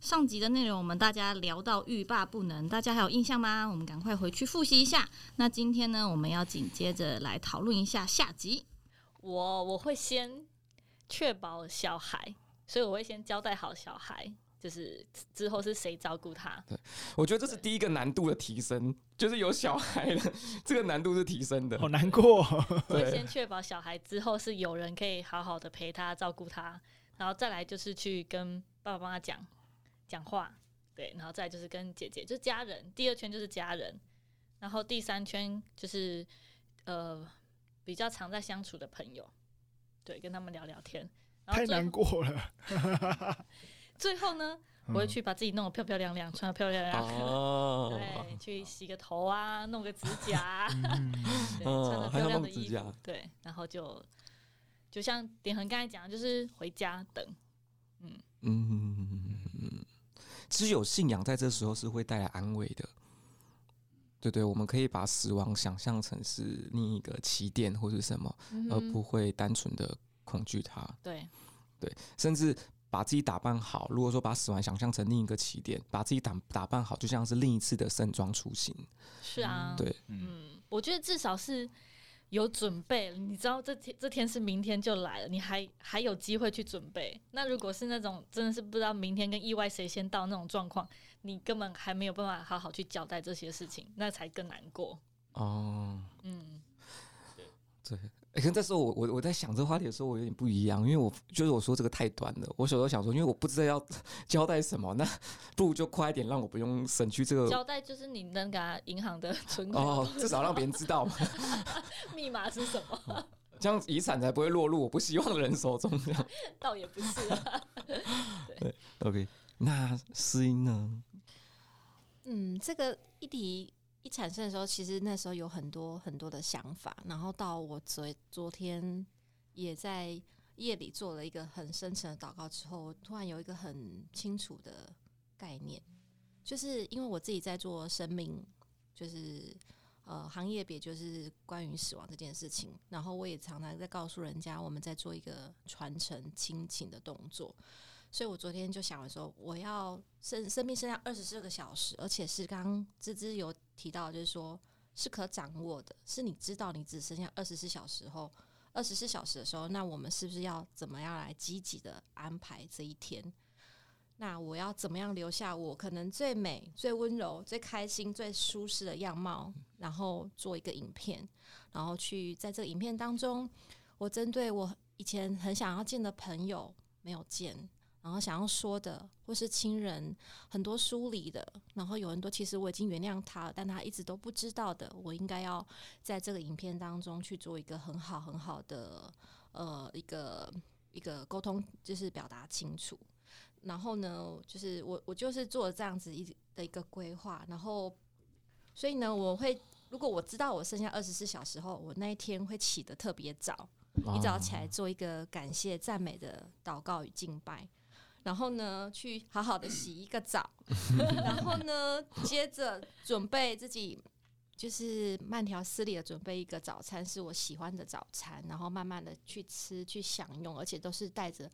上集的内容我们大家聊到欲罢不能，大家还有印象吗？我们赶快回去复习一下。那今天呢，我们要紧接着来讨论一下下集。我我会先确保小孩，所以我会先交代好小孩，就是之后是谁照顾他。我觉得这是第一个难度的提升，就是有小孩了， 这个难度是提升的。 好难过哦、我会对先确保小孩之后是有人可以好好的陪他照顾他，然后再来就是去跟爸爸妈妈讲讲话，对，然后再来就是跟姐姐，就是家人。第二圈就是家人，然后第三圈就是呃比较常在相处的朋友，对，跟他们聊聊天。然后太最难后过嗯了。最后呢，我会去把自己弄得漂漂亮亮，穿得漂漂亮亮。哦，对，去洗个头啊，弄个指甲、啊，嗯， 对，哦穿着漂还要亮弄的指衣甲服，对，然后就就像点恒刚才讲的，就是回家等，嗯，其实有信仰在这时候是会带来安慰的。对对，我们可以把死亡想象成是另一个起点或是什么，嗯而不会单纯的恐惧它。对，甚至把自己打扮好。如果说把死亡想象成另一个起点，把自己打打扮好，就像是另一次的盛装出行。是啊，对，嗯，我觉得至少是有准备，你知道这天这天是明天就来了，你还还有机会去准备。那如果是那种真的是不知道明天跟意外谁先到那种状况，你根本还没有办法好好去交代这些事情，那才更难过。哦，嗯，对。欸、可是这时候我我我在想这个话题的时候，我有点不一样，因为我就是我说这个太短了。我小时候想说，因为我不知道要 交代什么，那不如就快一点，让我不用省去这个交代就是你能给他银行的 存款、呃哦，至少让别人知道嘛， 密码是什么，这样遗产才不会落入我不希望的人手中。这样倒也不是、啊。 OK，那思音呢？嗯，这个议题一产生的时候，其实那时候有很多很多的想法，然后到我昨昨天也在夜里做了一个很深沉的祷告之后，我突然有一个很清楚的概念，就是因为我自己在做生命，就是呃行业别就是关于死亡这件事情，然后我也常常在告诉人家，我们在做一个传承亲情的动作，所以我昨天就想了说，我要生生命剩下二十四个小时，而且是刚刚芝芝有提到，就是说是可掌握的，是你知道你只剩下二十四小时后，二十四小时的时候，那我们是不是要怎么样来积极的安排这一天？那我要怎么样留下我可能最美、最温柔、最开心、最舒适的样貌，然后做一个影片，然后去在这个影片当中，我针对我以前很想要见的朋友没有见，然后想要说的，或是亲人很多疏离的，然后有很多其实我已经原谅他了，但他一直都不知道的，我应该要在这个影片当中去做一个很好很好的呃一个一个沟通，就是表达清楚。然后呢，就是我我就是做了这样子一的一个规划，然后所以呢，我会如果我知道我剩下二十四小时后，我那一天会起得特别早，一哦啊早起来做一个感谢、赞美的祷告与敬拜，然后呢，去好好的洗一个澡， 然后呢，接着准备自己就是慢条斯理的准备一个早餐，是我喜欢的早餐，然后慢慢的去吃、去享用，而且都是带着。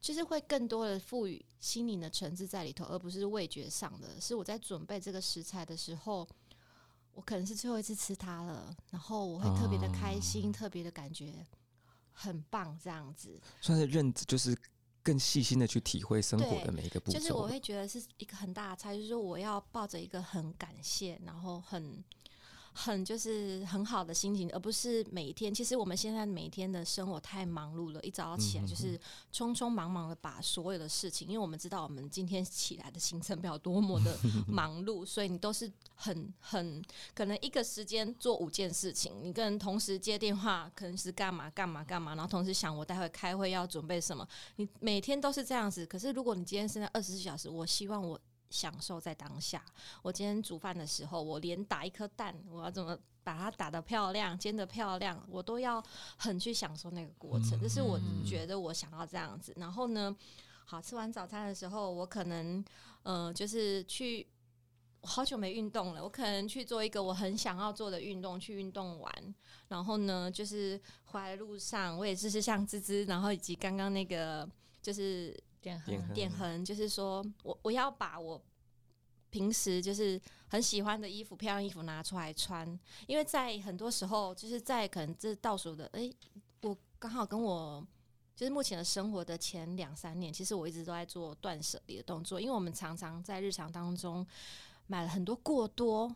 就是会更多的赋予心灵的层次在里头，而不是味觉上的。是我在准备这个食材的时候，我可能是最后一次吃它了，然后我会特别的开心，特别的感觉很棒，这样子。算是认知，就是更细心的去体会生活对的每一个步骤。就是我会觉得是一个很大的差异，就是说我要抱着一个很感谢，然后很很就是很好的心情，而不是每一天。其实我们现在每一天的生活太忙碌了，一早起来就是匆匆忙忙的把所有的事情，因为我们知道我们今天起来的行程表多么的忙碌，所以你都是很很可能一个时间做五件事情，你跟人同时接电话，可能是干嘛干嘛干嘛，然后同时想我待会开会要准备什么。你每天都是这样子，可是如果你今天剩下二十四小时，我希望我享受在当下。我今天煮饭的时候，我连打一颗蛋，我要怎么把它打得漂亮、煎得漂亮，我都要很去享受那个过程。这是我觉得我想要这样子。然后呢，好吃完早餐的时候，我可能呃，就是去。我好久没运动了，我可能去做一个我很想要做的运动，去运动完，然后呢，就是回来的路上，我也是是像芝芝，然后以及刚刚那个就是点很点很点痕，就是说我我要把我平时就是很喜欢的衣服、漂亮衣服拿出来穿，因为在很多时候，就是在可能这倒数的，诶，我刚好跟我就是目前的生活的前两三年，其实我一直都在做断舍离的动作，因为我们常常在日常当中买了很多过多。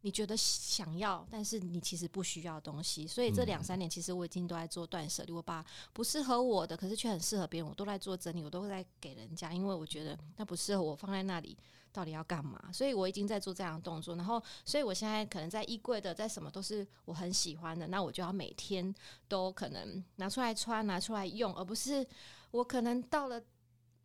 你觉得想要，但是你其实不需要的东西，所以这嗯两三年其实我已经都在做断舍离，我把不适合我的，可是却很适合别人，我都在做整理，我都在给人家，因为我觉得那不适合我放在那里，到底要干嘛？所以我已经在做这样的动作，然后，所以我现在可能在衣柜的，在什么都是我很喜欢的，那我就要每天都可能拿出来穿，拿出来用，而不是我可能到了。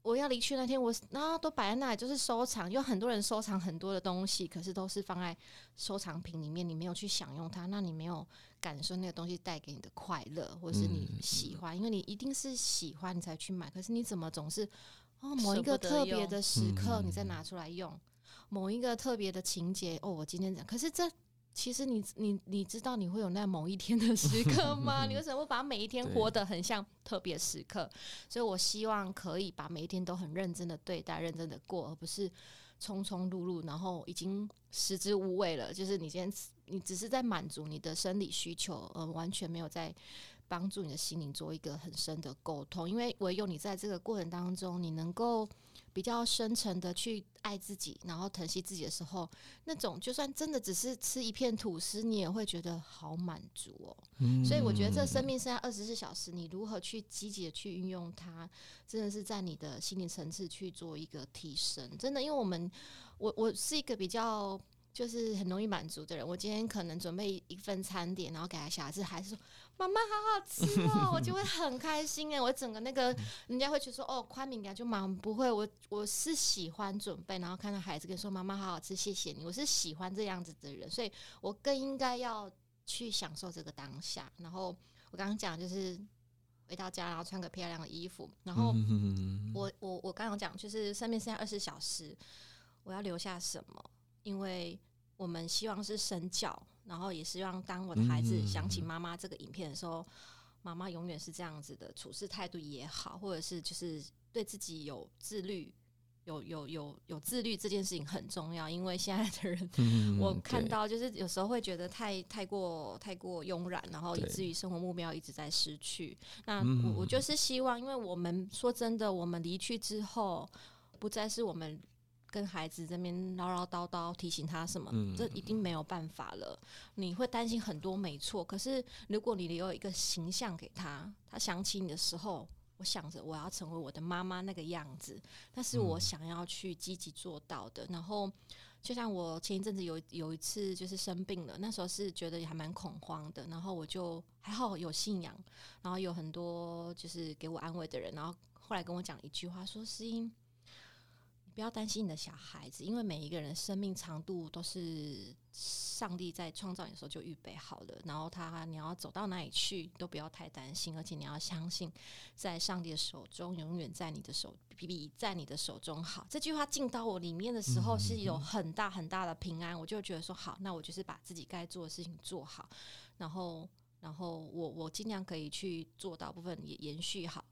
我要离去那天，我然后都摆在那里，就是收藏。有很多人收藏很多的东西，可是都是放在收藏品里面，你没有去享用它，那你没有感受那个东西带给你的快乐，或是你嗯喜欢，因为你一定是喜欢你才去买。可是你怎么总是哦某舍不一个得特别用的时刻，你嗯再拿出来用，某一个特别的情节哦，我今天讲，可是这。其实你你你知道你会有那某一天的时刻吗？你为什么不把每一天对活得很像特别时刻？所以我希望可以把每一天都很认真的对待，认真的过，而不是匆匆碌碌，然后已经食之无味了。就是你今天你只是在满足你的生理需求，呃，完全没有在帮助你的心灵做一个很深的沟通。因为唯有你在这个过程当中，你能够比较深层的去爱自己，然后疼惜自己的时候，那种就算真的只是吃一片吐司，你也会觉得好满足哦。嗯所以我觉得这生命剩下二十四小时，你如何去积极的去运用它，真的是在你的心灵层次去做一个提升。真的，因为我们，我我是一个比较。就是很容易满足的人，我今天可能准备一份餐点，然后给他小孩子，还是说妈妈好好吃哦，我就会很开心哎，我整个那个人家会觉得说哦，宽敏感就忙不会，我我是喜欢准备，然后看到孩子跟说妈妈好好吃，谢谢你，我是喜欢这样子的人，所以我更应该要去享受这个当下。然后我刚刚讲就是回到家，然后穿个漂亮的衣服，然后嗯我我我刚刚讲就是生命剩下二十小时，我要留下什么？因为我们希望是身教，然后也希望当我的孩子嗯想起妈妈这个影片的时候，妈妈永远是这样子的处事态度也好，或者是就是对自己有自律。有有有有自律这件事情很重要，因为现在的人嗯我看对到就是有时候会觉得太太过太过慵懒，然后以对至于生活目标一直在失去。那嗯我我就是希望，因为我们说真的，我们离去之后，不再是我们跟孩子这边唠唠叨叨提醒他什么，嗯这一定没有办法了。你会担心很多，没错。可是如果你留一个形象给他，他想起你的时候。我想着我要成为我的妈妈那个样子，那是我嗯想要去积极做到的。然后就像我前一阵子有有一次就是生病了，那时候是觉得还蛮恐慌的，然后我就还好有信仰，然后有很多就是给我安慰的人，然后后来跟我讲一句话说：“诗音，你不要担心你的小孩子，因为每一个人生命长度都是上帝在创造你的时候就预备好了，然后他你要走到哪里去都不要太担心，而且你要相信在上帝的手中，永远在你的手比比在你的手中好。这句话进到我里面的时候，是有很大很大的平安。我就觉得说，好，那我就是把自己该做的事情做好，然后，然后我我尽量可以去做到部分也延续好，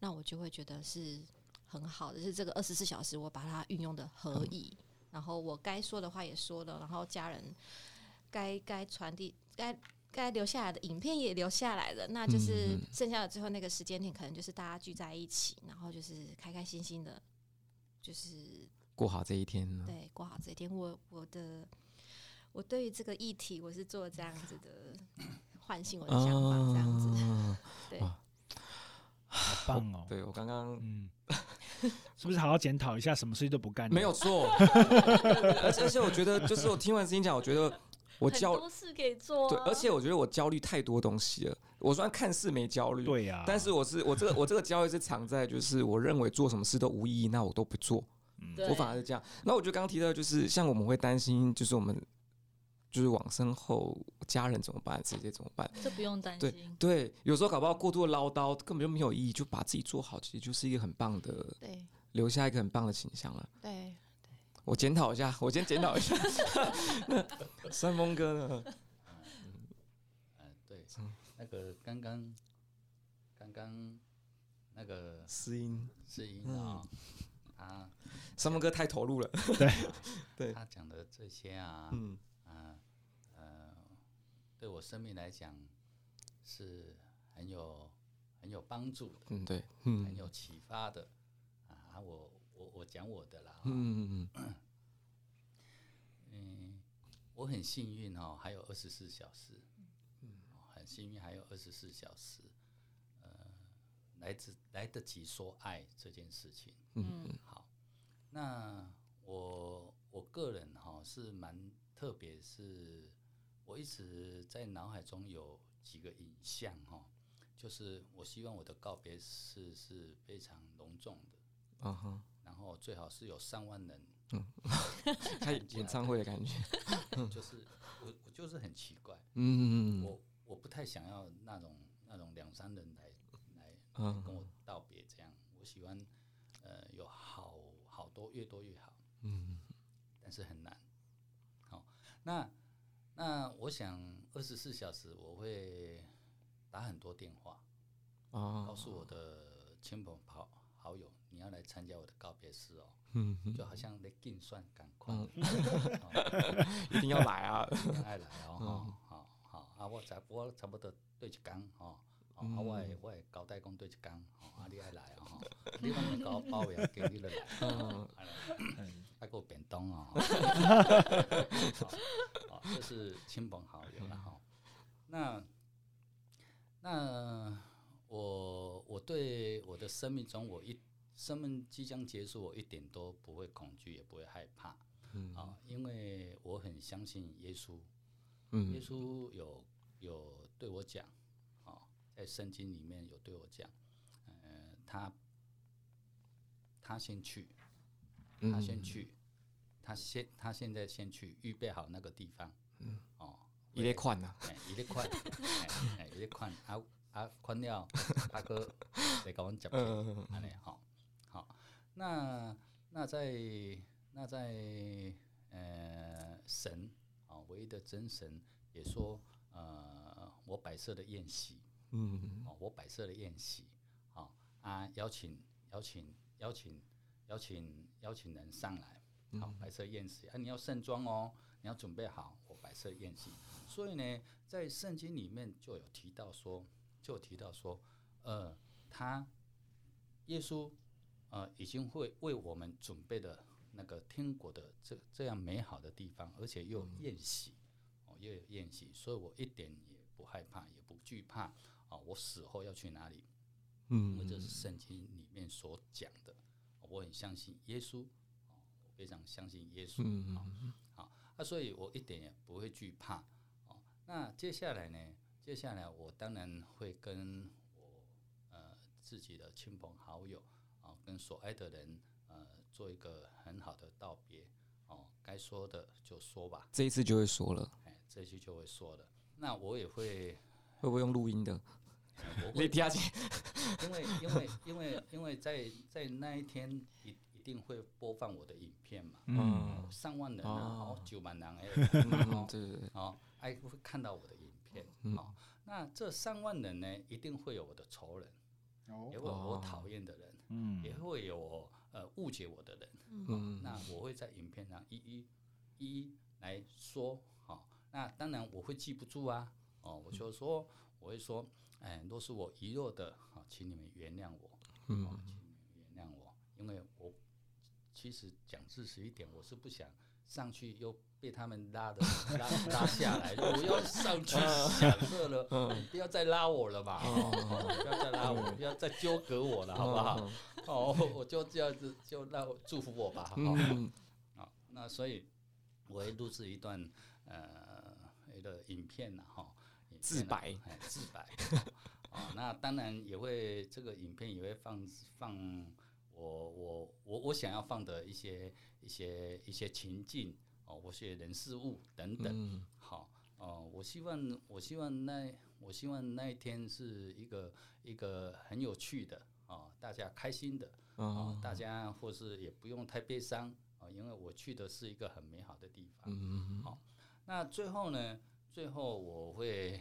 那我就会觉得是很好的。是这个二十四小时，我把它运用的合嗯宜，然后我该说的话也说了，然后家人该该传递该该留下来的影片也留下来了，那就是嗯嗯剩下的最后那个时间点，可能就是大家聚在一起，然后就是开开心心的，就是过好这一天呢，对过好这一天。我我的我对于这个议题，我是做这样子的唤醒我的想法，这样子。啊 对哇好棒哦！对我刚刚嗯，是不是好好检讨一下，什么事情都不干？没有，错， 而且而且我觉得就是我听完思音讲，我觉得我很焦多事可以做、啊，对，而且我觉得我焦虑太多东西了。我虽然看似没焦虑，对啊呀、但是我是我这个我这个焦虑是藏在就是我认为做什么事都无意义，那我都不做，嗯对我反而是这样。那我就刚提到就是像我们会担心就是我们就是往生后家人怎么办，姐姐怎么办？这不用担心。 对，有时候搞不好过度的唠叨根本就没有意义，就把自己做好，其实就是一个很棒的对留下一个很棒的形象了。对，我检讨一下，我先检讨一下。那山峰哥呢？嗯哎对，那个刚刚刚刚那个思音，是音啊，嗯他三梦哥太投入了。对他讲的这些啊，嗯，啊呃，对我生命来讲是很有很有帮助的， 嗯，对，嗯，很有启发的啊。我我我讲我的啦、啊，嗯，嗯嗯嗯，我很幸运哦，还有二十四小时，嗯哦很幸运还有二十四小时，呃，来自来得及说爱这件事情。嗯好，那我我个人哈、是蛮特别，是我一直在脑海中有几个影像哈、就是我希望我的告别式是非常隆重的，啊哈，然后最好是有上万人开嗯 演唱会的感觉， 就是我我就是很奇怪，嗯，嗯嗯我我不太想要那种那种两三人来来嗯来跟我道别这样，我喜欢呃有好好多越多越好，嗯，但是很难。好，那那我想二十四小时我会打很多电话，告啊，诉我的亲朋好好友你要来参加我的告别式哦，嗯，嗯就好像在竞算赶快。嗯 哦一定要来 啊，恋爱来哦，吼好好啊，我差我差不多对一工吼，吼嗯啊，我会我会交代讲对一工吼，啊，你爱来哦，吼，你讲你搞包养给你就来，嗯啊还有便当哦， 好好这是亲朋好友了哈。那那我我对我的生命中，我一生命即将结束，我一点都不会恐惧，也不会害怕。嗯啊，因为我很相信耶稣，耶嗯稣有有对我讲，啊，在圣经里面有对我讲，呃，他他先去，嗯他先去，他现他现在先去预备好那个地方， 嗯，哦，一类款啊呐，哎，一日款， 哎哎，一日款，啊啊款了， 阿哥来甲阮接嗯去。嗯嗯安尼好，好，那那在那在呃神啊、唯一的真神也说，呃，我摆设的宴席嗯，哦，我摆设的宴席啊啊，邀请邀请邀请邀请邀请人上来，好、摆设宴席啊，你要盛装哦，你要准备好，我摆设宴席。所以呢，在圣经里面就有提到说，就有提到说，呃，他耶稣呃已经会为我们准备的那个天国的这这样美好的地方，而且又嗯有宴席、哦，又有宴席，所以我一点也不害怕，也不惧怕啊、哦我死后要去哪里？嗯，因为这是圣经里面所讲的，哦我很相信耶稣，哦我非常相信耶稣。嗯哦啊，所以我一点也不会惧怕。哦，那接下来呢？接下来我当然会跟我呃自己的亲朋好友啊、跟所爱的人呃做一个很好的道别。哦，该说的就说吧，这一次就会说了，哎，这句就会说了。那我也会，会不会用录音的？呃 我你会听下去，因为因为因为因为在在那一天一一定会播放我的影片嘛，嗯，哦上万人啊，哦哦，九万人 哎，哦嗯，对对对，哦，哎，会看到我的影片，嗯哦，那这三万人呢，一定会有我的仇人，哦也会有我哦讨厌的人，嗯也会有我呃误解我的人，嗯那我会在影片上一一一一来说，好、那当然我会记不住啊，哦，嗯我就说我会说，哎，若是我遗漏的，好、请你们原谅我，哦，嗯请你们原谅我，因为我其实讲事实一点，我是不想上去又被他们拉的拉拉下来，我要 上去嗯享受了，你不要再拉我了吧，哦不要再拉我，不要再纠葛我了，好不好？哦，我就这样子，就让我祝福我吧，好不好？嗯 好，那所以我会录制一段呃一个影片呐，哈，影自片啊白，哎自白。哦，那当然也会这个影片也会放放我我我我想要放的一些一些一些情境哦，我些人事物等等。嗯好，哦，我希望，我希望那，我希望那一天是一个一个很有趣的哦，大家开心的哦，大家或是也不用太悲伤哦，因为我去的是一个很美好的地方。嗯那最后呢，最后我会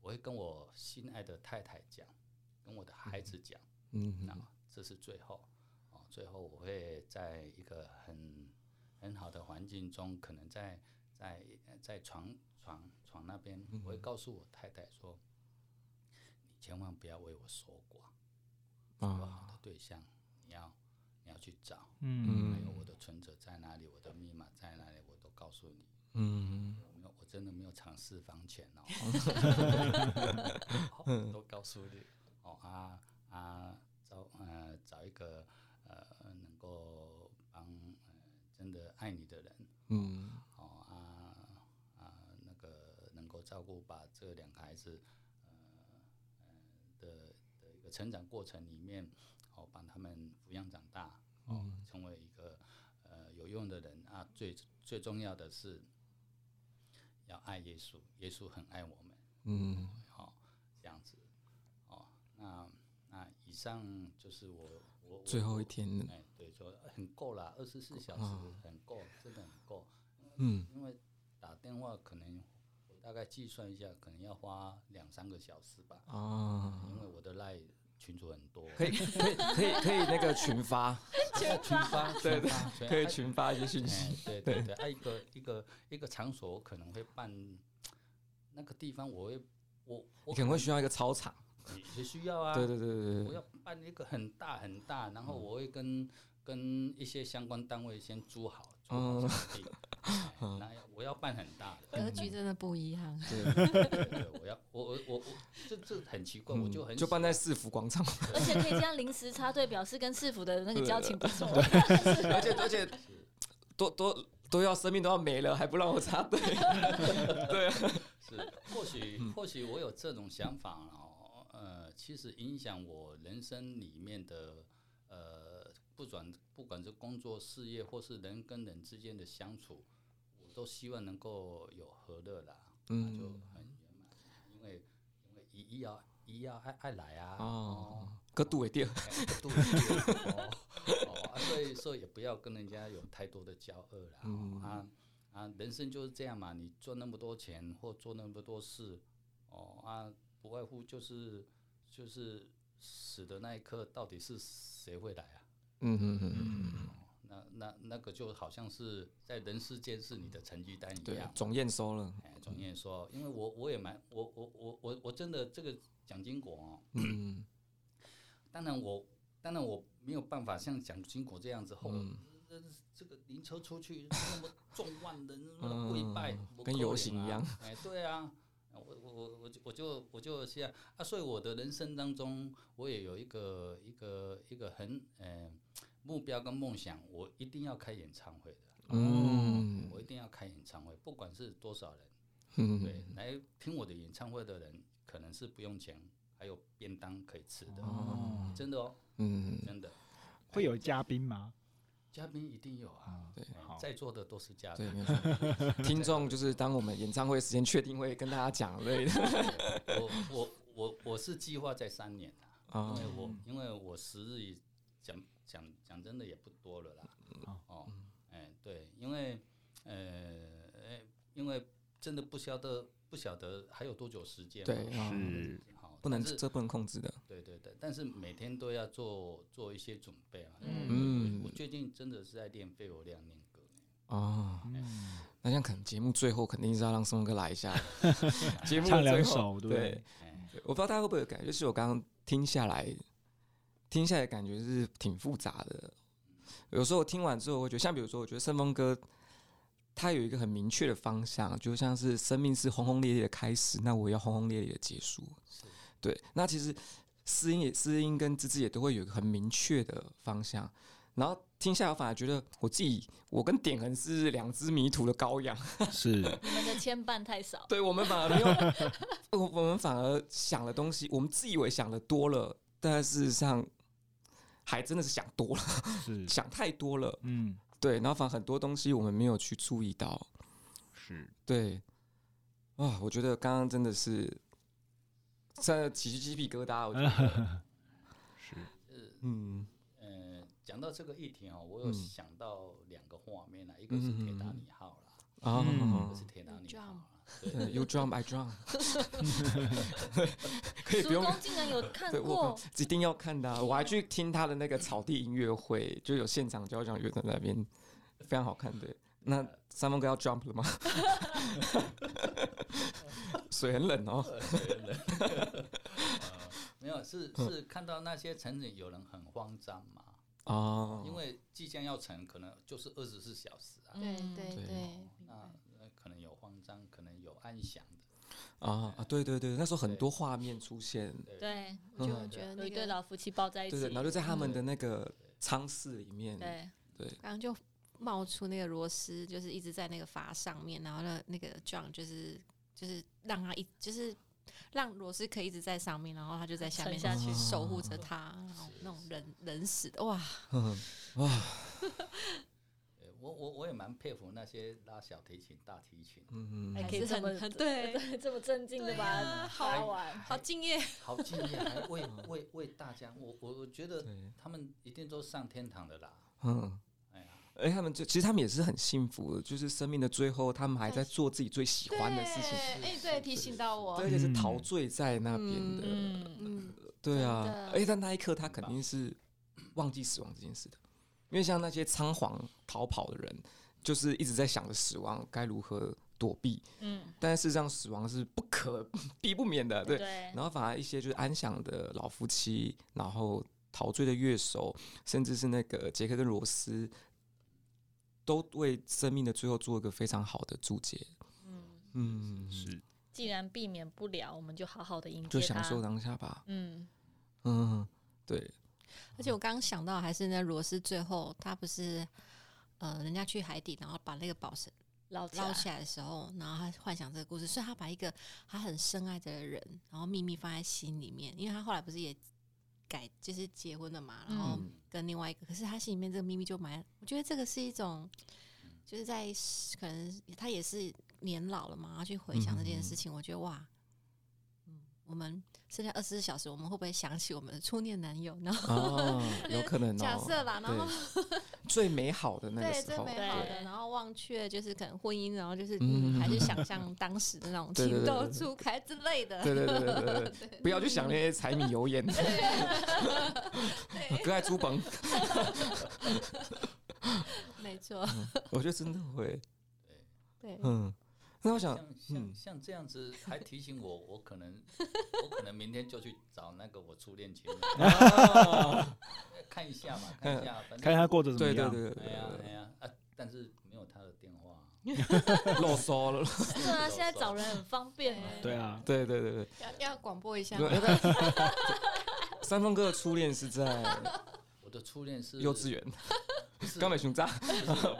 我会跟我心爱的太太讲，跟我的孩子讲，嗯那么这是最后哦，最后我会在一个很很好的环境中，可能在在在床床床那边，嗯我会告诉我太太说，你千万不要为我守寡，有好啊的对象，你要你要去找，嗯，还有我的存折在哪里，我的密码在哪里，我都告诉你。嗯我没有，我真的没有尝试房钱哦，哦都告诉你哦啊啊，找呃找一个呃能够帮呃真的爱你的人嗯哦啊啊那个能够照顾把这两个孩子呃呃的的一个成长过程里面哦把他们抚养长大哦嗯成为一个呃有用的人啊最最重要的是。要爱耶稣，耶稣很爱我们，嗯好、这样子，哦，那那以上就是我我最后一，天我哎，对，就很够了，二十四小时啊很够，真的很够，嗯因为打电话可能我大概计算一下，可能要花两三个小时吧，啊，因为我的赖群主很多，啊可以可以可以可以那个群发，群 发，对对可以群发一些讯哎息，，对对对，啊，一个一个一个场所我可能会办，那个地方我会我我你可能会需要一个操场，也需要啊，对对对对嗯我对，要办一个很大很大，然后我会跟跟一些相关单位先租好，租好嗯场地。 哎那要我要办很大的，格局真的不一样。对对，我要我我我我这这很奇怪，我就很嗯就喜办在市府广场，而且可以这样临时插队，表示跟市府的那个交情不错。而且而且 都都都要生命都要没了，还不让我插队，是，或许或许我有这种想法哦，呃，其实影响我人生里面的呃，不管不管是工作、事业，或是人跟人之间的相处，我都希望能够有和乐啦，那就嗯很圆满，因为因为一一要一要爱爱来啊，哦，个度也掉，哎度哦哦，啊所以所以也不要跟人家有太多的交恶啦。嗯哦啊啊，人生就是这样嘛，你赚那么多钱或做那么多事，哦啊，不外乎就是就是死的那一刻到底是谁会来啊？嗯嗯嗯嗯，那那那个就好像是在人世间是你的成绩单一对样，。总验收了，哎，总监说，因为我我也蛮我我我我我真的这个蒋经国哦，嗯当然我当然我没有办法像蒋经国这样子嗯后，这这个灵车出去那么众万人那么跪拜，嗯不跟可游能行一啊样。哎，对啊。我我我我就我就我就这样啊，所以我的人生当中，我也有一个一个一个很呃目标跟梦想，我一定要开演唱会的，嗯我一定要开演唱会，不管是多少人，嗯，对，来听我的演唱会的人，可能是不用钱，还有便当可以吃的，哦，真的哦，嗯真的。会有嘉宾吗？嘉宾一定有啊，对哎好在座的都是嘉宾对，。没错。听众就是当我们演唱会时间确定会跟大家讲类的我我我我是计划在三年的，因啊为我因为我时日已讲讲讲真的也不多了啦嗯好。哦，哎对，因为呃哎，因为真的不晓得不晓得还有多久时间嘛，对啊是好，不能但是这不能控制的，对对对，但是每天都要做做一些准备啊。嗯我我最近真的是在练肺活量练歌，啊。嗯，那这样可能节目最后肯定是要让松哥来一下，嗯 节目唱两最后首，对不对对。哎，我不知道大家会不会有感觉，就是我刚刚听下来，听下来感觉是挺复杂的。有时候我听完之后，我会觉得，像比如说，我觉得盛峰哥他有一个很明确的方向，就像是生命是轰轰烈烈的开始，那我也要轰轰烈烈的结束。对，那其实思音也思音跟芝芝也都会有一个很明确的方向。然后听下来，我反而觉得我自己，我跟点恒是两只迷途的羔羊。是，你们的牵绊太少，对我们反而没有，我我们反而想的东西，我们自以为想的多了，但事实上还真的是想多了，是， 想太多了。嗯，对，然后反而很多东西我们没有去注意到。是，对，哇，我觉得刚刚真的是真的起鸡皮疙瘩。我觉得， 是，嗯呃，讲到这个议题哦，我有嗯想到两个画面啊啦，一个是嗯嗯嗯铁达尼号啦，啊嗯呃 一个是铁达尼号啦，对对 ，You jump, I jump， 可以不用叔公竟然有看对，我过，一定要看的啊、我还去听他的那个草地音乐会，就有现场交响乐在那边，非常好看。对，那三峰哥要 jump 了吗？水很冷哦。呃没有，是嗯是看到那些成人有人很慌张嘛，哦，因为即将要成，可能就是二十四小时啊，对嗯对对对，那那可能有慌张，可能有暗想的，啊啊，对对对，那时候很多画面出现，对，就嗯我觉得有那一对个，老夫妻抱在一对起，对，然后就嗯在他们的嗯那个舱室里面，对刚刚就冒出那个螺丝，就是一直在那个阀上面，然后呢，那个 John 就是就是让他一就是让螺丝可以一直在上面，然后他就在下沉面下去守护着他，然后那种人人死的哇，嗯，呃我我我也蛮佩服那些拉小提琴、大提琴，嗯还还可以是这么 很很对这么镇静的对把它啊拍好完，好敬业，好敬业，还为为为大家，我我我觉得对，他们一定都上天堂的啦。嗯。哎呀，而且他们就其实他们也是很幸福的，就是生命的最后，他们还在做自己最喜欢的事情，对哎，对，提醒到我对，，而且是陶醉在那边的。嗯，嗯，对真啊的，而且在那一刻，他肯定是忘记死亡这件事的，因为像那些仓皇逃跑的人，就是一直在想着死亡该如何躲避，嗯，但是事实上死亡是不可避 不免的，对。对，然后反而一些就是安详的老夫妻，然后陶醉的乐手，甚至是那个杰克跟罗斯，都为生命的最后做一个非常好的注解。嗯，嗯，是既然避免不了，我们就好好的迎就接享它，受当下吧。嗯，嗯，对。而且我刚刚想到，还是那罗斯最后他不是，呃，人家去海底，然后把那个宝石捞起 捞来，起来的时候，然后他幻想这个故事，所以他把一个他很深爱的人，然后秘密放在心里面，因为他后来不是也改就是结婚了嘛，然后嗯跟另外一个，可是他心里面这个秘密就埋，我觉得这个是一种，就是在可能他也是年老了嘛，然后去回想这件事情，我觉得哇，嗯，我们剩下二十四小时，我们会不会想起我们的初恋男友？然后哦，有可能哦。假设啦，然后对最美好的那个对，时最候，美好对的，然后忘却就是可能婚姻，然后就是嗯嗯，还是想象当时的那种对对情对窦对对初开之类的。 对对对对对对，不要去想那些柴米油盐的，割爱猪本，没错，我觉得真的会，对，嗯。那我想像，像嗯像这样子，还提醒我， 我可能我可能明天就去找那个我初恋情人看一下嘛，看一下，反正看他过得怎么对对样。对对哎呀哎对，呀啊！但是没有他的电话，漏收了，对啊，现在找人很方便哎，对啊，对对对对要要广播一下，对 对。三峰哥的初恋是在我的初恋是幼稚，园，不是冈美雄渣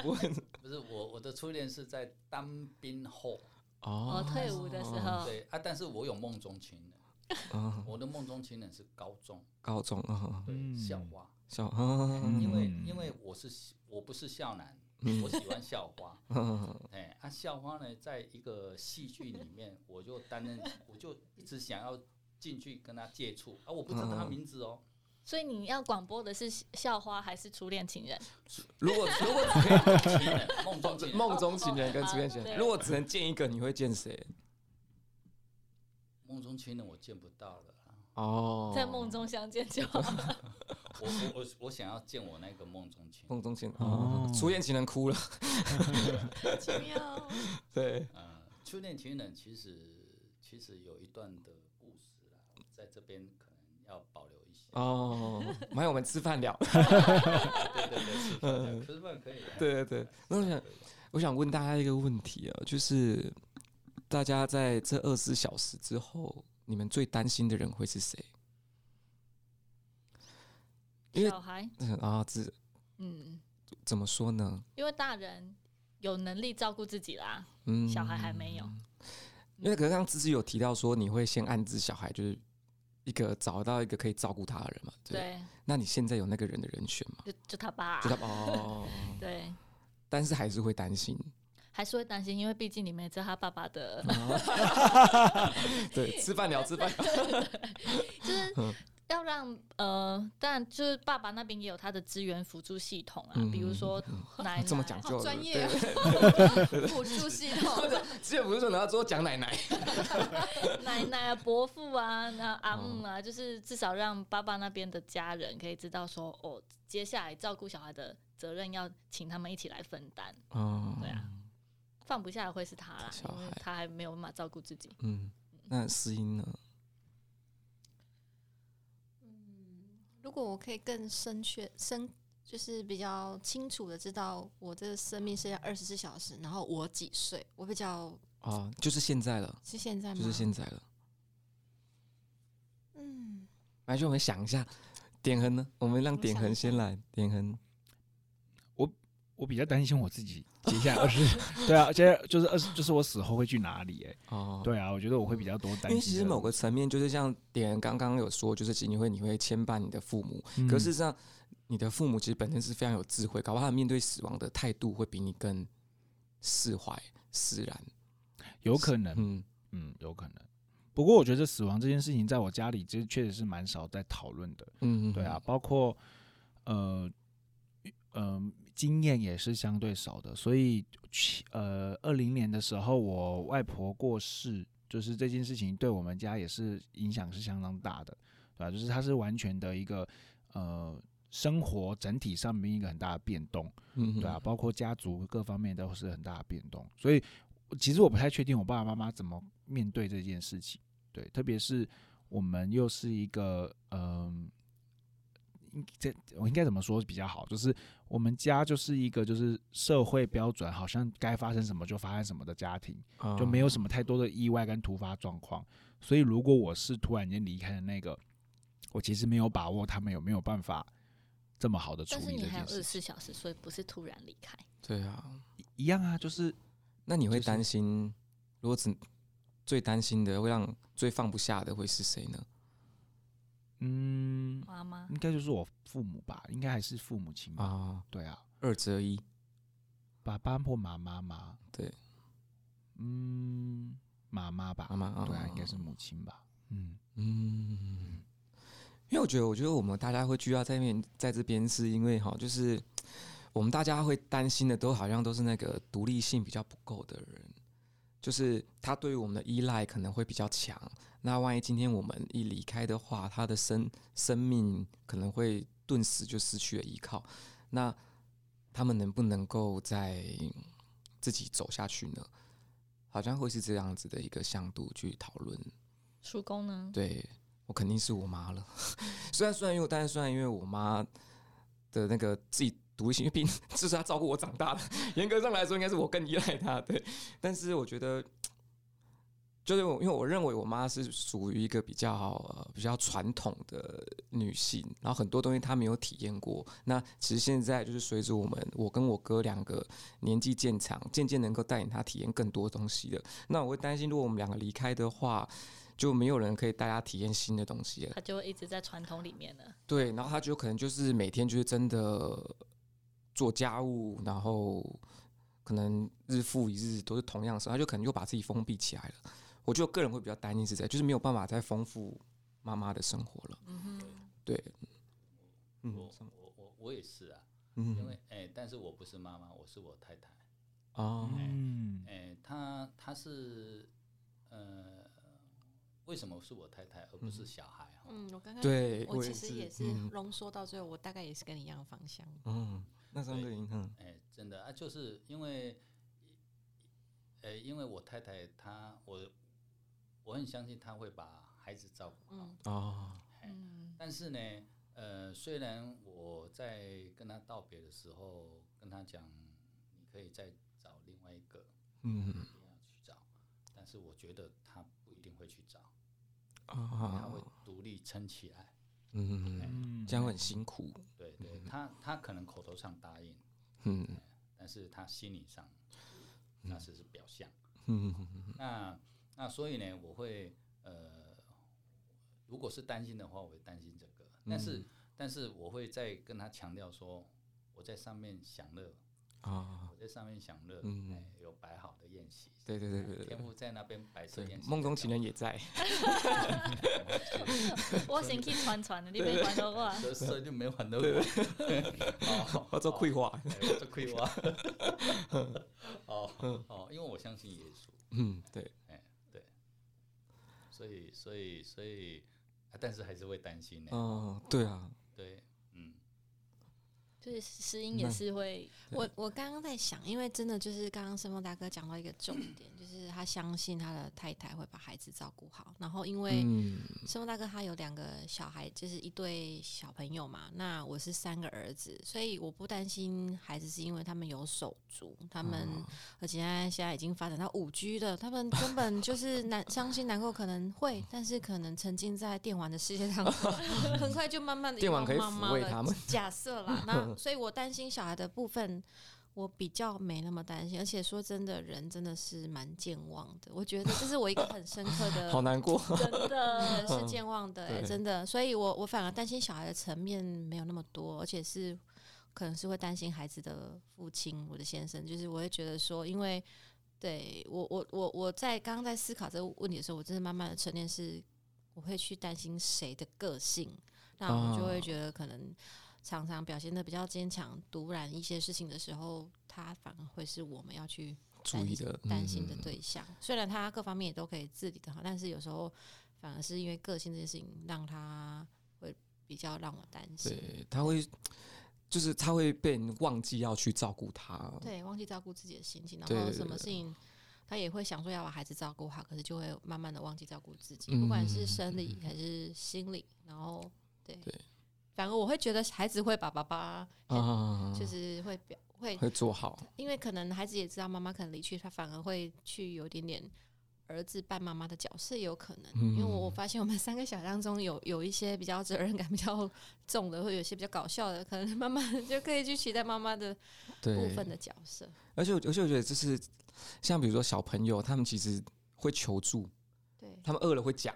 不会不是我我的初恋是在当兵后，我哦退伍的时候，对啊，但是我有梦中情人，嗯，我的梦中情人是高中，高中啊，对，嗯校花，小嗯因为嗯因为我是喜我不是校男，嗯我喜欢校花，嗯哎，啊，校花呢，在一个戏剧里面，我就担任，我就一直想要进去跟他接触啊，我不知道他嗯名字哦， 所以你要广播的是校花还是初恋情人？ 如果如果只可以情人梦中情人，梦中情人跟初恋情对人，如果只能见一个，你会见谁？梦中情人我见不到了啊，哦，在梦中相见就好。我我我我想要见我那个梦中情人，梦中情人哦哦，初恋情人哭了， 奇妙，对，呃，初恋情人其实其实有一段的故事啦，我在这边可能要保留一些，哦，麻烦我们吃饭聊，对对对，吃饭的吃饭可以啊 的，嗯对对对。那我想，我想问大家一个问题啊，就是大家在这二十四小时之后，你们最担心的人会是谁？因为小孩，嗯啊，这嗯，怎么说呢？因为大人有能力照顾自己啦，嗯，小孩还没有。因为可能刚刚芝芝有提到说，你会先安置小孩，就是一个找到一个可以照顾他的人嘛，对不对。对，那你现在有那个人的人选吗？就就他爸啊知，道哦，对，但是还是会担心。还是会担心，因为毕竟你们也知道他爸爸 的，哦 对，吃饭聊吃饭聊，就是要让呃，但就是爸爸那边也有他的资源辅助系统啊，嗯比如说奶啊奶 这么讲究好的专对，业哦，辅助系统的 之前不是说拿到最后讲奶奶， 奶奶啊、伯父啊、嗯那阿姆啊，就是至少让爸爸那边的家人可以知道说，哦，接下来照顾小孩的责任要请他们一起来分担，嗯，对啊，放不下的会是他啦，小因为孩他还没有办法照顾自己。嗯，那思音呢？如果我可以更深确深，就是比较清楚的知道我这个生命是要二十四小时，然后我几岁，我比较啊，就是现在了，是现在吗？就是现在了。嗯，来，就我们想一下，点恒呢？我们让点恒先来，点恒，我比较担心我自己接下来二十，对啊，接下来就是二十，就是我死后会去哪里？哎，哦，对啊，我觉得我会比较多担因心。为其实某个，层面，就是像点恒刚刚有说，就是其实你会你会牵绊你的父母，嗯可是这样，你的父母其实本身是非常有智慧，搞不好他面对死亡的态度会比你更释怀、释然。有可能，嗯，嗯，有可能。不过我觉得死亡这件事情，在我家里其实确实是蛮少在讨论的。嗯，对啊，，包括呃呃经验也是相对少的，所以去呃二零年的时候我外婆过世，就是这件事情对我们家也是影响是相当大的，对吧、啊就是它是完全的一个呃生活整体上面一个很大的变动。嗯，对啊，，包括家族各方面都是很大的变动，所以其实我不太确定我爸爸妈妈怎么面对这件事情。对，特别是我们又是一个嗯、应这我应该怎么说比较好？就是我们家就是一个就是社会标准，好像该发生什么就发生什么的家庭，啊就没哦有什么太多的意外跟突发状况。所以如果我是突然间离开的那个，我其实没有把握他们有没有办法这么好的处但是理你这还有件二事十四情。小时，所以不是突然离开。对啊。一样啊，就是那你会就是担心，如果只最担心的，会让最放不下的会是谁呢？嗯，妈妈应该就是我父母吧，应该还是父母亲吧。啊，对啊，二择一，爸爸或妈妈嘛。对，嗯，妈妈吧妈，妈啊，对啊，应该是母亲吧。嗯，嗯，因为我觉得，我觉得我们大家会聚焦在面在这边，是因为哈，就是我们大家会担心的，都好像都是那个独立性比较不够的人，就是他对于我们的依赖可能会比较强。那万一今天我们一离开的话，他的生生命可能会顿时就失去了依靠。那他们能不能够在自己走下去呢？好像会是这样子的一个向度去讨论。叔公呢？对我肯定是我妈了。 虽然虽然因为，但是虽然因为我妈的那个自己独立性，因为 毕竟这是她照顾我长大的，严格上来说，应该是我更依赖她。对，但是我觉得，就是我因为我认为我妈是属于一个比较、呃、比较传统的女性，然后很多东西她没有体验过。那其实现在就是随着我们，我跟我哥两个年纪渐长，渐渐能够带领她体验更多东西了。那我会担心，如果我们两个离开的话，就没有人可以带他体验新的东西了。他就会一直在传统里面 了。对，然后他就可能就是每天就是真的做家务，然后可能日复一日都是同样的事，他就可能就把自己封闭起来了。我觉得我个人会比较担心是这样，就是没有办法再丰富妈妈的生活了。嗯哼，对，嗯我我我我也是啊，嗯，哦因为哎、但是我不是妈妈，我是我太太。哦，嗯哎、她她是呃，为什么是我太太而不是小孩哈？嗯，我刚刚，对，我也其实也是嗯浓缩到最后，我大概也是跟你一样的方向。嗯，那三个对银行，哎、真的啊，就是因为，呃、因为我太太她，我我很相信她会把孩子照顾好。哎嗯哦，嗯，但是呢，呃，虽然我在跟她道别的时候跟她讲，你可以再找另外一个，嗯不要去找，但是我觉得她不一定会去找，她啊会，独立撑起来。嗯，嗯这样会很辛苦，对对，她她可能口头上答应，嗯但是她心理上那只是表象。嗯嗯那那所以呢，我会呃，如果是担心的话，我会担心这个，但是、嗯但是我会再跟他强调说，我在上面享乐，啊我在上面享乐，嗯哎，有摆好的宴席，对对对对对天对父在那边摆设对宴，席，梦中情人也在，我先去传传的，你别传到 我。所以所以 就没玩 到我， 哦我做绘画，哎我做亏挖， 哦哦，因为我相信耶稣，嗯，对，所以所以所以、啊，但是还是会担心呢、嗯，对啊，对，嗯，就是石英也是会，我我刚刚在想，因为真的就是刚刚申峰大哥讲到一个重点，就是他相信他的太太会把孩子照顾好。然后因为嗯，申峰大哥他有两个小孩，就是一对小朋友嘛，那我是三个儿子，所以我不担心孩子，是因为他们有手足，他们、嗯而且现在现在已经发展到五 G 了，他们根本就是难相信难过可能会，但是可能沉浸在电玩的世界当中， 很快就慢慢的电玩可以妈妈抚慰他了。们，假设 啦，那所以我担心小孩的部分，我比较没那么担心。而且说真的，人真的是蛮健忘的，我觉得这是我一个很深刻 的好难过，真的人是健忘的、欸，嗯对真的。所以我我反而担心小孩的层面没有那么多，而且是可能是会担心孩子的父亲，我的先生，就是我会觉得说，因为对我我我我在刚刚在思考这个问题的时候，我真的慢慢的沉淀是，我会去担心谁的个性，那我就会哦觉得可能。常常表现的比较坚强，独揽一些事情的时候，他反而会是我们要去注意的，担心的嗯，对象。虽然他各方面也都可以自理的好，但是有时候反而是因为个性这件事情，让他会比较让我担心。对，他会，就是他会被人忘记要去照顾他，对，忘记照顾自己的心情，然哦对后对什么对事情他也会想说要把孩子照顾好，可是就会慢慢的忘记照顾自己，嗯不管是生理还是心理，然后对对反而我会觉得孩子会把爸爸啊，就是会表会会做好，因为可能孩子也知道妈妈可能离去，他反而会去有点点儿子扮妈妈的角色，也有可能。因为我嗯我发现我们三个小孩当中有有一些比较责任感比较重的，或有一些比较搞笑的，可能妈 妈就可以去取代妈妈的部对，分的角色。而且我而且我觉得就是像比如说小朋友，他们其实会求助，对他们饿了会讲，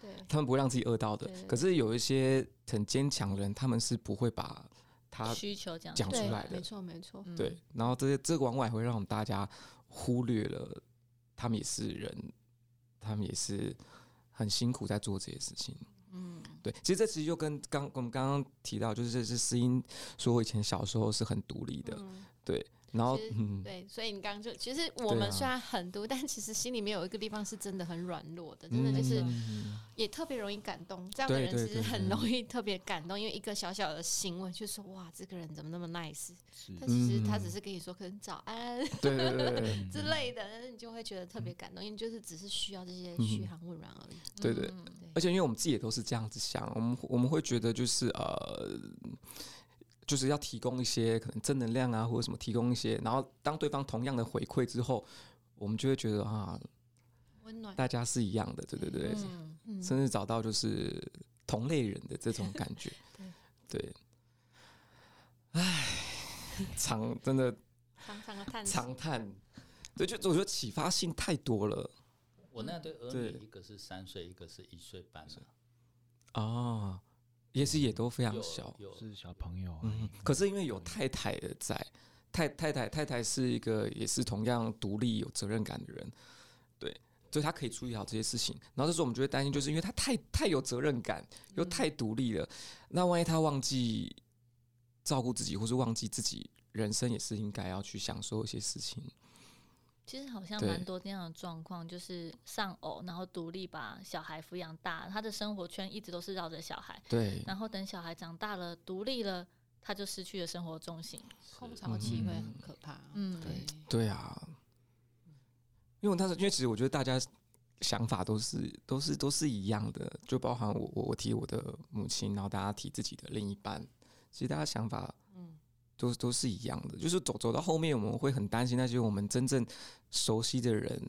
对他们不会让自己饿到的对对。对可是有一些很坚强的人，他们是不会把 他需求这样讲出对来，的没。错没错。嗯对，然后这些这个往往也会让我们大家忽略了，他们也是人，他们也是很辛苦在做这些事情。嗯，对，其实这其实就跟刚我们刚刚提到，就是这是思音说，我以前小时候是很独立的，嗯，然后其实嗯，对，所以你刚刚就其实我啊们虽然很毒，但其实心里面有一个地方是真的很软弱的，真的就是嗯也特别容易感动。这样的对人对其实对很对容易特别感动，因为一个小小的行为就说哇，这个人怎么那么 nice？是他其实他嗯只是跟你说可能早安对对对对对之类的，但是你就会觉得特别感动，因为就是只是需要这些嘘寒问暖而已。对对嗯而且因为我们自己也都是这样子想，我们我们会觉得就是呃，就是要提供一些可能正能量啊，或者什么提供一些，然后当对方同样的回馈之后，我们就会觉得啊，温暖，大家是一样的，对对对，嗯嗯，甚至找到就是同类人的这种感觉对，对，唉，长真的常常的叹息。长叹，对，就我觉得启发性太多了我那对儿对女一个是三岁，一个是一岁半了，啊，也是也都非常有小，有是小朋友啊，嗯，可是因为有太太的在，太太太太太是一个也是同样独立有责任感的人，对，所以她可以处理好这些事情。然后这时候我们就会担心，就是因为她太太有责任感，又太独立了，那万一她忘记照顾自己，或是忘记自己人生也是应该要去享受一些事情，其实好像对蛮多这样的状况，就是丧偶，然后独立把小孩抚养大，他的生活圈一直都是绕着小孩，对，然后等小孩长大了、独立了，他就失去了生活重心。空巢期会很嗯可怕。嗯对，对啊，因为我当时因为其实我觉得大家想法都是都是都是一样的，就包含我我我提我的母亲，然后大家提自己的另一半，其实大家想法嗯，都都是一样的，就是走走到后面我们会很担心那些我们真正熟悉的人，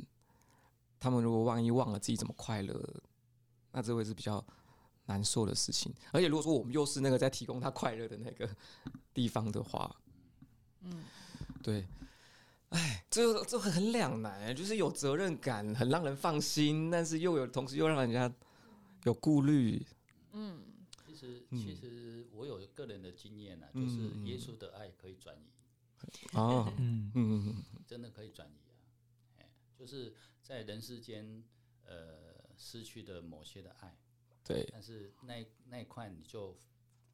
他们如果万一忘了自己怎么快乐，那这会是比较。难受的事情，而且如果说我们又是那个在提供他快乐的那个地方的话，嗯，对，哎，这这很两难，欸就是有责任感，很让人放心，但是又有同时又让人家有顾虑。嗯，其实嗯其实我有个人的经验呢、就嗯是嗯耶稣的爱可以转移，哦，嗯嗯嗯真的可以转移啊，哎，就是在人世间，呃，失去的某些的爱，对，但是那一那一块你就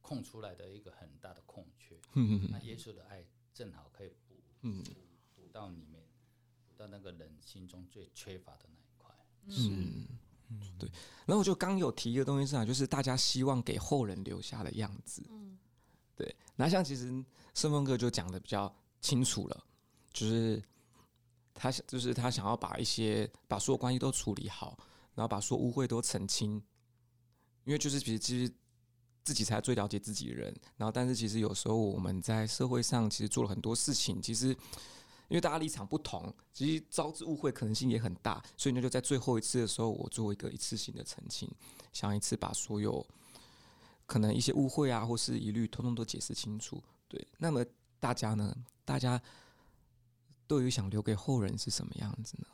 空出来的一个很大的空缺，嗯那耶稣的爱正好可以补嗯补补到里面，补到那个人心中最缺乏的那一块。嗯，对。然后我就刚有提一个东西是啊，就是大家希望给后人留下的样子。嗯，对，那像其实顺风哥就讲的比较清楚了，就是他想，就是他想要把一些把所有关系都处理好，然后把所有污秽都澄清，因为就是其实其实自己才最了解自己的人。然后，但是其实有时候我们在社会上其实做了很多事情，其实因为大家立场不同，其实招致误会可能性也很大，所以呢就在最后一次的时候，我做一个一次性的澄清，想一次把所有可能一些误会啊或是疑虑，通通都解释清楚。对，那么大家呢？大家对于想留给后人是什么样子呢？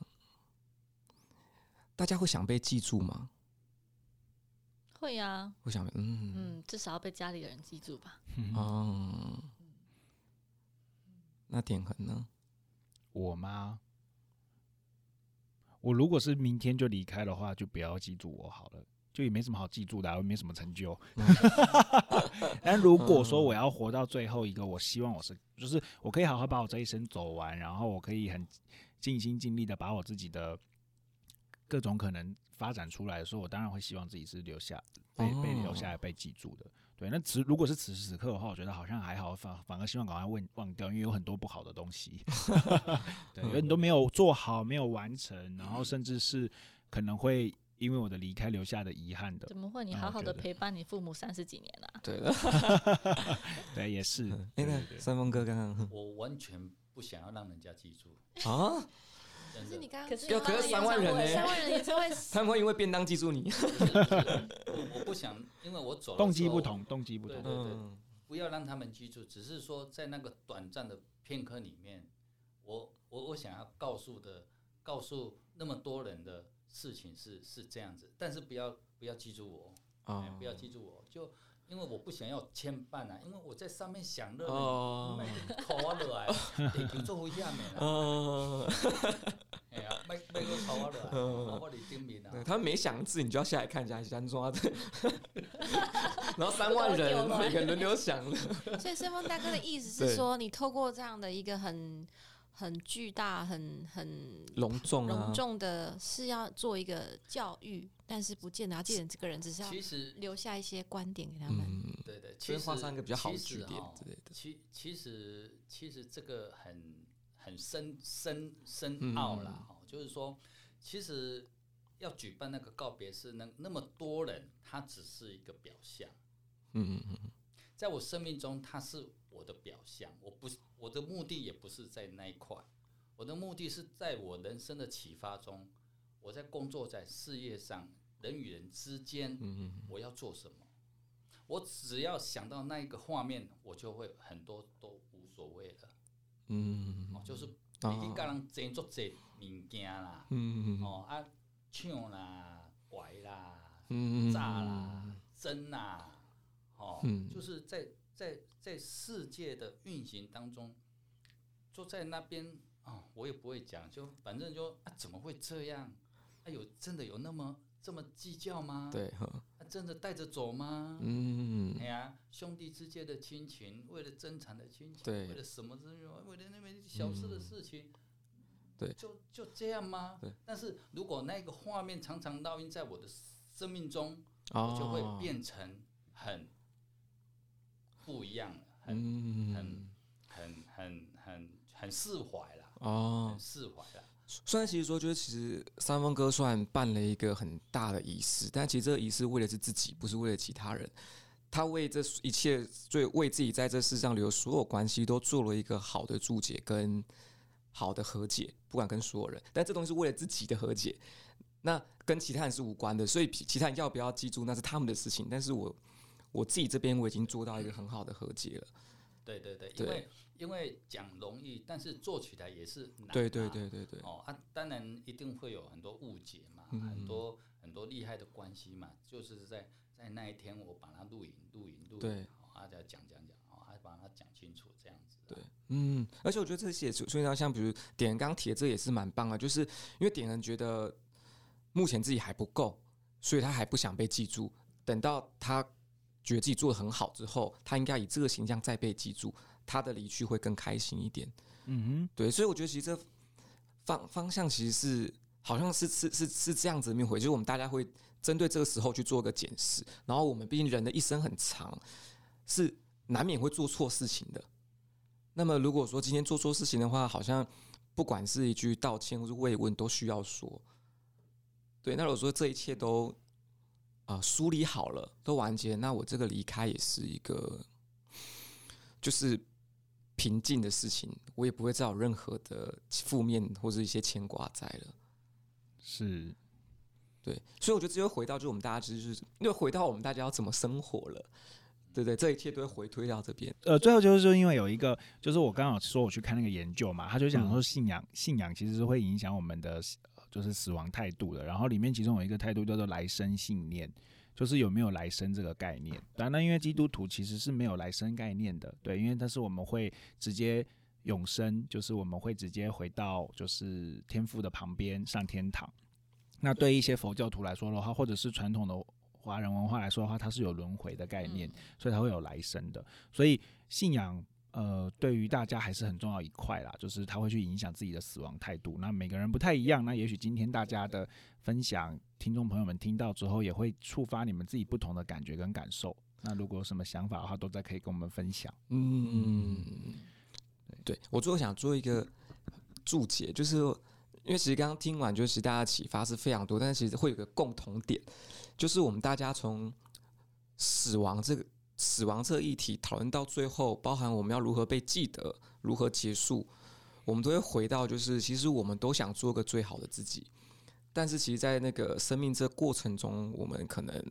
大家会想被记住吗？会啊，我想，嗯，嗯，至少要被家里的人记住吧。嗯哦，那点痕呢？我吗？我如果是明天就离开的话，就不要记住我好了，就也没什么好记住的、啊，我也没什么成就。但如果说我要活到最后一个，我希望我是，就是我可以好好把我这一生走完，然后我可以很尽心尽力的把我自己的各种可能发展出来的时候，我当然会希望自己是留下被被留下来被记住的。对，那此如果是此时此刻的话，我觉得好像还好，反反而希望赶快忘忘掉，因为有很多不好的东西，对，有很多没有做好、没有完成，然后甚至是可能会因为我的离开留下的遗憾的怎。么会？你那好我好觉的得陪伴你父母三十几年啊，对了，对，也是。哎，对对 那三峰哥刚刚 我完全不想要让人家记住，啊，可真是你的， 刚刚可是说有可是妈三的万演唱人呢会三万人演唱会他们会因为便当记住你，我我不想，因为我走了动机之后不，同，动机不对同。对对，嗯不要让他们记住，只是说在那个短暂的片刻里面，我我我想要告诉的，告诉那么多人的事情是是这样子，但是不要不要记住我，哎啊不要记住我，就因为我不想要牵绊啊，因为我在上面享乐，哦卖扣我落来，地球做危险的啦，哦，哎呀，卖卖个扣我落来，嗯我伫顶面啊 对，他们没想字，你就要下来看一下，先抓的，啊 然后三我万丢人了每个人轮流想了，所以顺风大哥的意思对是说，你透过这样的一个很很巨大、很很隆重啊隆，重的，是要做一个教育，但是不见得要记得这个人，只是要其实留下一些观点啊给他们。嗯，对对，所其以实画上一个比较好的其实句点哦之类的其其实其实这个很很深深深奥啦，嗯哦、就是说，其实要举办那个告别式，那那么多人，它只是一个表象。嗯嗯在我生命中，它是我的表象，我不是我的目的也不是在那一块，我的目的是在我人生的启发中，我在工作在事业上，人与人之间，嗯我要做什么？我只要想到那一个画面，我就会很多都无所谓了。嗯嗯哦，就是哦已经跟人争足济物件啦，嗯哦啊，抢啦、拐啦、嗯炸啦、争啦，哦嗯，就是在在在世界的运行当中，就在那边哦，我也不会讲，就反正就啊，怎么会这样？啊，有真的有那么这么计较吗？，对，啊，真的带着走吗？嗯哎呀，兄弟之间的亲情，为了争产的亲情，对为了什么之为了那边小事的事情，对就就这样吗对？但是如果那个画面常常烙印在我的生命中，哦，我就会变成很不一样了，嗯很很很很很很释怀了，哦很，释怀了。虽然其实说，就是其实三峰哥虽然办了一个很大的仪式，但其实这个仪式为的是自己，不是为了其他人。他为这一切，最为自己在这世上留所有关系，都做了一个好的注解跟好的和解，不管跟所有人。但这东西是为了自己的和解，那跟其他人是无关的。所以其其他人要不要记住，那是他们的事情。但是我我自己这边我已经做到一个很好的和解了。对对对，因对为因为讲容易，但是做起来也是难、啊。对对对对对，哦啊，当然一定会有很多误解嘛，嗯很多很多厉害的关系嘛，就是在在那一天我把它录影录影录对影，哦啊，再讲讲讲，哦啊，把它讲清楚，这样子。对，嗯，而且我觉得这些也是，所以呢，像比如点人刚提的，这也是蛮棒的，就是因为点人觉得目前自己还不够，所以他还不想被记住。等到他觉得自己做的很好之后，他应该以这个形象再被记住，他的离去会更开心一点。嗯对，所以我觉得其实这方方向其实是好像是是是是这样子的面回，就是我们大家会针对这个时候去做个检视，然后我们毕竟人的一生很长，是难免会做错事情的。那么如果说今天做错事情的话，好像不管是一句道歉或是慰问都需要说。对，那如果说这一切都啊、呃梳理好了，都完结，那我这个离开也是一个就是平静的事情，我也不会再有任何的负面或者一些牵挂在了。哼，是对，所以我觉得这又回到，就是我们大家就是又回到我们大家要怎么生活了，对不对？这一切都会回推到这边。呃，最后就是因为有一个，就是我刚好说我去看那个研究嘛，他就讲说信仰，信仰其实是会影响我们的呃就是死亡态度的。然后里面其中有一个态度叫做来生信念，就是有没有来生这个概念。当然，因为基督徒其实是没有来生概念的，对，因为但是我们会直接永生，就是我们会直接回到就是天父的旁边上天堂。那对一些佛教徒来说的话，或者是传统的华人文化来说的话，它是有轮回的概念，所以它会有来生的。所以信仰呃，对于大家还是很重要一块啦，就是它会去影响自己的死亡态度。那每个人不太一样，那也许今天大家的分享，听众朋友们听到之后，也会触发你们自己不同的感觉跟感受。那如果有什么想法的话，都在可以跟我们分享。嗯，对我最后想做一个注解，就是因为其实刚刚听完，就是其实大家启发是非常多，但是其实会有个共同点，就是我们大家从死亡这个死亡这个议题讨论到最后，包含我们要如何被记得，如何结束，我们都会回到，就是其实我们都想做个最好的自己，但是其实，在那个生命这过程中，我们可能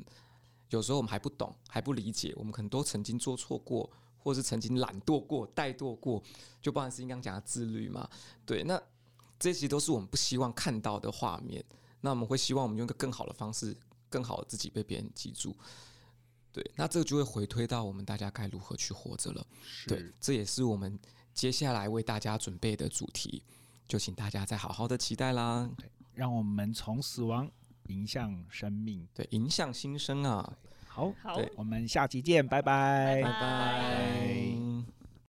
有时候我们还不懂，还不理解，我们可能都曾经做错过，或是曾经懒惰过、怠惰过，就包含是你刚刚讲的自律嘛，对，那这些都是我们不希望看到的画面，那我们会希望我们用一个更好的方式，更好的自己被别人记住。对，那这个就会回推到我们大家该如何去活着了。对，这也是我们接下来为大家准备的主题，就请大家再好好的期待啦。让我们从死亡迎向生命。对，迎向新生啊，好，好，对我们下期见，拜拜拜拜拜